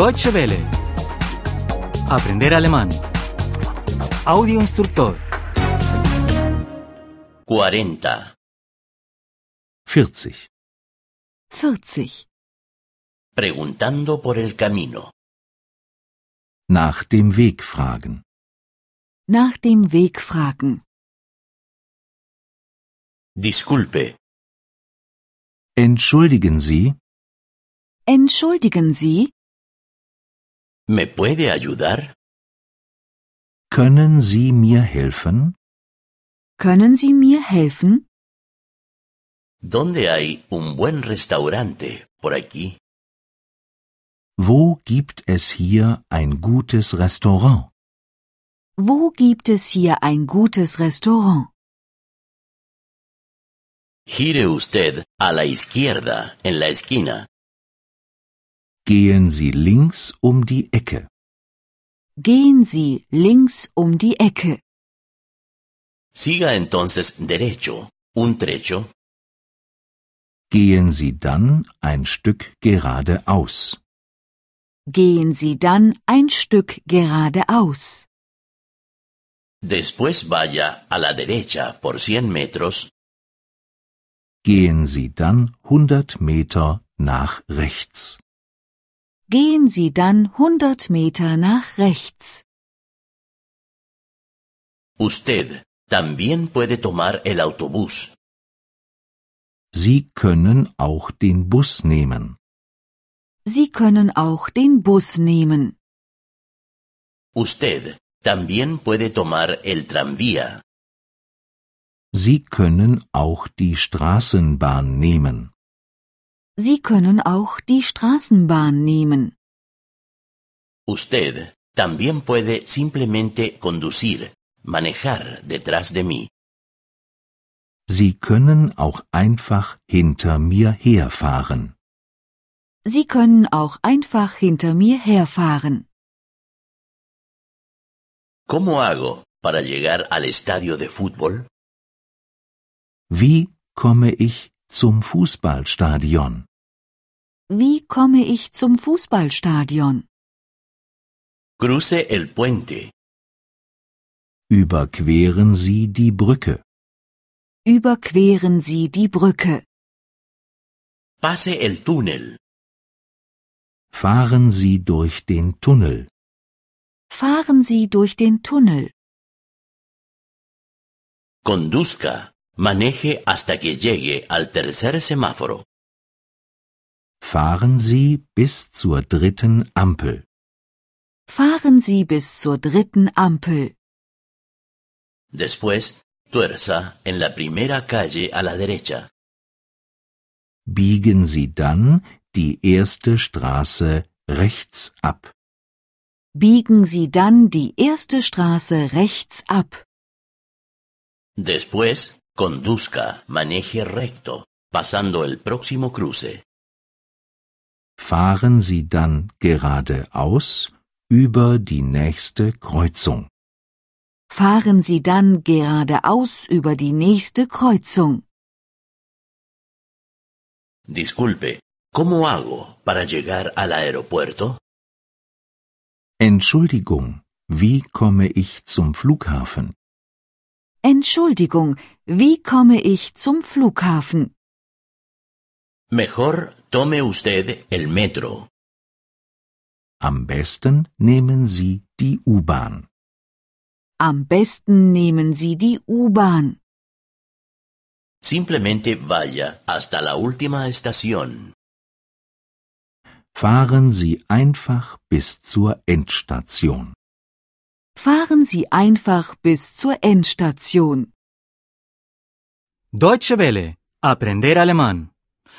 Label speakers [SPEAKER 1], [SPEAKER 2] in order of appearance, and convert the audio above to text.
[SPEAKER 1] Deutsche Welle. Aprender alemán. Audio instructor.
[SPEAKER 2] 40.
[SPEAKER 3] 40.
[SPEAKER 4] 40.
[SPEAKER 2] Preguntando por el camino.
[SPEAKER 3] Nach dem Weg fragen.
[SPEAKER 4] Nach dem Weg fragen.
[SPEAKER 2] Disculpe,
[SPEAKER 3] Entschuldigen Sie,
[SPEAKER 4] Entschuldigen Sie,
[SPEAKER 2] ¿me puede ayudar?
[SPEAKER 3] können Sie mir helfen?
[SPEAKER 4] können Sie mir helfen?
[SPEAKER 2] ¿Dónde hay un buen restaurante por aquí?
[SPEAKER 3] Wo gibt es hier ein gutes Restaurant?
[SPEAKER 4] Wo gibt es hier ein gutes Restaurant?
[SPEAKER 2] Gire usted a la izquierda, en la esquina.
[SPEAKER 3] Gehen Sie links um die Ecke.
[SPEAKER 4] Gehen Sie links um die Ecke.
[SPEAKER 2] Siga entonces derecho, un trecho,
[SPEAKER 3] Gehen Sie dann ein Stück geradeaus.
[SPEAKER 4] Gehen Sie dann ein Stück geradeaus.
[SPEAKER 2] después vaya a la derecha por 100 metros,
[SPEAKER 3] Gehen Sie dann 100 Meter nach rechts.
[SPEAKER 4] Gehen Sie dann 100 Meter nach rechts.
[SPEAKER 2] usted también puede tomar el autobús.
[SPEAKER 3] Sie können auch den Bus nehmen.
[SPEAKER 4] Sie können auch den Bus nehmen.
[SPEAKER 2] Usted también puede tomar el tranvía.
[SPEAKER 3] Sie können auch die Straßenbahn nehmen.
[SPEAKER 4] Sie können auch die Straßenbahn nehmen.
[SPEAKER 2] Usted también puede simplemente conducir, manejar detrás de mí.
[SPEAKER 3] Sie können auch einfach hinter mir herfahren.
[SPEAKER 4] Sie können auch einfach hinter mir herfahren.
[SPEAKER 2] ¿Cómo hago para llegar al estadio de fútbol?
[SPEAKER 3] Wie komme ich zum Fußballstadion?
[SPEAKER 4] Wie komme ich zum Fußballstadion?
[SPEAKER 2] Cruce el puente.
[SPEAKER 3] Überqueren Sie die Brücke.
[SPEAKER 4] Überqueren Sie die Brücke.
[SPEAKER 2] Pase el túnel.
[SPEAKER 3] Fahren Sie durch den Tunnel.
[SPEAKER 4] Fahren Sie durch den Tunnel.
[SPEAKER 2] Conduzca. Maneje hasta que llegue al tercer semáforo.
[SPEAKER 3] Fahren Sie bis zur dritten Ampel.
[SPEAKER 4] Fahren Sie bis zur dritten Ampel.
[SPEAKER 2] Después, tuerza en la primera calle a la derecha.
[SPEAKER 3] Biegen Sie dann die erste Straße rechts ab.
[SPEAKER 4] Biegen Sie dann die erste Straße rechts ab.
[SPEAKER 2] Después, conduzca. Maneje recto, pasando el próximo cruce.
[SPEAKER 3] Fahren Sie dann geradeaus über die nächste Kreuzung.
[SPEAKER 4] Fahren Sie dann geradeaus über die nächste Kreuzung.
[SPEAKER 2] Disculpe, ¿cómo hago para llegar al aeropuerto?
[SPEAKER 3] Entschuldigung, wie komme ich zum Flughafen?
[SPEAKER 4] Entschuldigung, wie komme ich zum Flughafen?
[SPEAKER 2] Mejor tome usted el metro.
[SPEAKER 3] Am besten nehmen Sie die U-Bahn.
[SPEAKER 4] Am besten nehmen Sie die U-Bahn.
[SPEAKER 2] Simplemente vaya hasta la última estación.
[SPEAKER 3] Fahren Sie einfach bis zur Endstation.
[SPEAKER 4] Fahren Sie einfach bis zur Endstation.
[SPEAKER 1] Deutsche Welle. Aprender alemán.